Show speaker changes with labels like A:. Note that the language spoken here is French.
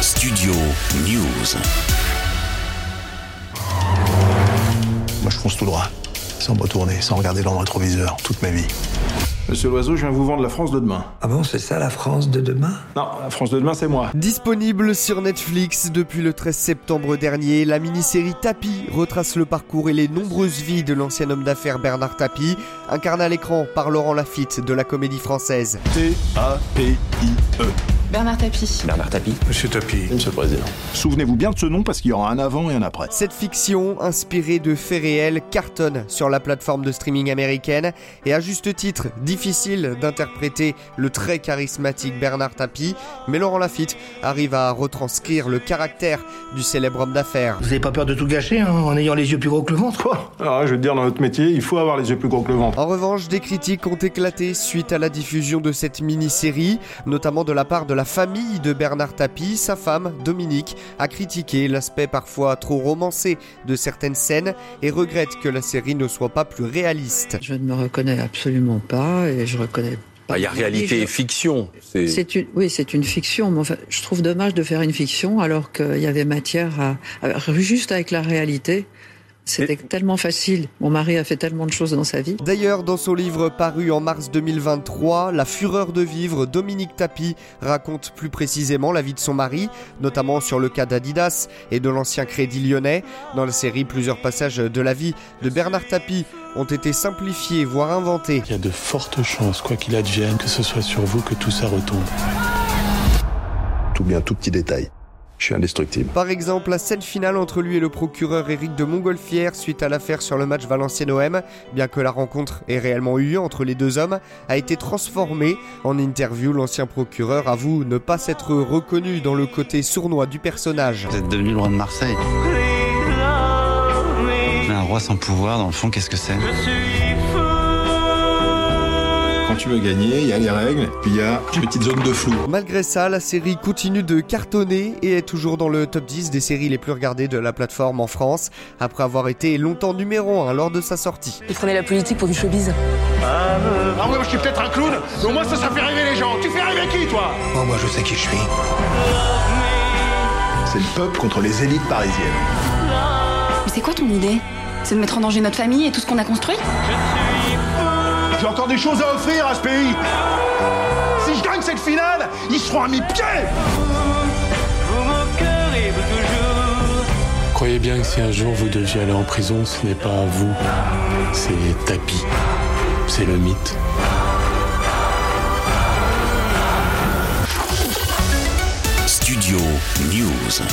A: Studio News.
B: Moi, je fonce tout droit, sans me retourner, sans regarder dans le rétroviseur, toute ma vie.
C: Monsieur Loiseau, je viens vous vendre la France de demain.
D: Ah bon, c'est ça la France de demain
C: Non, la France de demain, c'est moi.
E: Disponible sur Netflix depuis le 13 septembre dernier, la mini-série Tapi retrace le parcours et les nombreuses vies de l'ancien homme d'affaires Bernard Tapi, incarné à l'écran par Laurent Lafitte de la Comédie Française.
C: T-A-P-I-E.
F: Bernard Tapie.
G: Bernard Tapie.
B: Monsieur Tapi,
G: Monsieur le Président.
C: Souvenez-vous bien de ce nom parce qu'il y aura un avant et un après.
E: Cette fiction, inspirée de faits réels, cartonne sur la plateforme de streaming américaine et à juste titre, difficile d'interpréter le très charismatique Bernard Tapie, mais Laurent Lafitte arrive à retranscrire le caractère du célèbre homme d'affaires.
H: Vous n'avez pas peur de tout gâcher hein, en ayant les yeux plus gros que le ventre, quoi
C: Alors, Ah, je veux dire, dans notre métier, il faut avoir les yeux plus gros que le ventre.
E: En revanche, des critiques ont éclaté suite à la diffusion de cette mini-série, notamment de la part de la famille de Bernard Tapie. Sa femme, Dominique, a critiqué l'aspect parfois trop romancé de certaines scènes et regrette que la série ne soit pas plus réaliste.
I: Je ne me reconnais absolument pas et je reconnais
G: Ah, Bah, Il y a réalité et fiction. C'est
I: c'est une, oui, c'est une fiction, mais enfin, je trouve dommage de faire une fiction alors qu'il y avait matière à, à- juste avec la réalité. C'était tellement facile. Mon mari a fait tellement de choses dans sa vie.
E: D'ailleurs, dans son livre paru en mars 2023, La fureur de vivre, Dominique Tapie raconte plus précisément la vie de son mari, notamment sur le cas d'Adidas et de l'ancien Crédit Lyonnais. Dans la série, plusieurs passages de la vie de Bernard Tapie ont été simplifiés, voire inventés.
J: Il y a de fortes chances, quoi qu'il advienne, que ce soit sur vous que tout ça retombe.
B: tout bien, tout petit détail. Je suis indestructible.
E: Par exemple, la scène finale entre lui et le procureur Éric de Montgolfière suite à l'affaire sur le match Valenciennes-OM, bien que la rencontre ait réellement eu lieu entre les deux hommes, a été transformée. En interview, l'ancien procureur avoue ne pas s'être reconnu dans le côté sournois du personnage.
K: Vous êtes devenu le roi de Marseille. Mais un roi sans pouvoir, dans le fond, qu'est-ce que c'est
C: Quand tu veux gagner, il y a les règles, puis il y a une petite zone de flou.
E: Malgré ça, la série continue de cartonner et est toujours dans le top 10 des séries les plus regardées de la plateforme en France, après avoir été longtemps numéro 1 lors de sa sortie.
F: Il prenait la politique pour du showbiz.
L: Ah ouais, moi, je suis peut-être un clown, mais au moins ça, ça fait rêver les gens. Tu fais rêver qui, toi
B: Oh, moi, je sais qui je suis. C'est le peuple contre les élites parisiennes.
F: Mais c'est quoi ton idée C'est de mettre en danger notre famille et tout ce qu'on a construit
L: J'ai encore des choses à offrir à ce pays. Si je gagne cette finale, ils seront à mes pieds
J: Croyez bien que si un jour vous deviez aller en prison, ce n'est pas vous, c'est Tapi. C'est le mythe.
A: Studio News.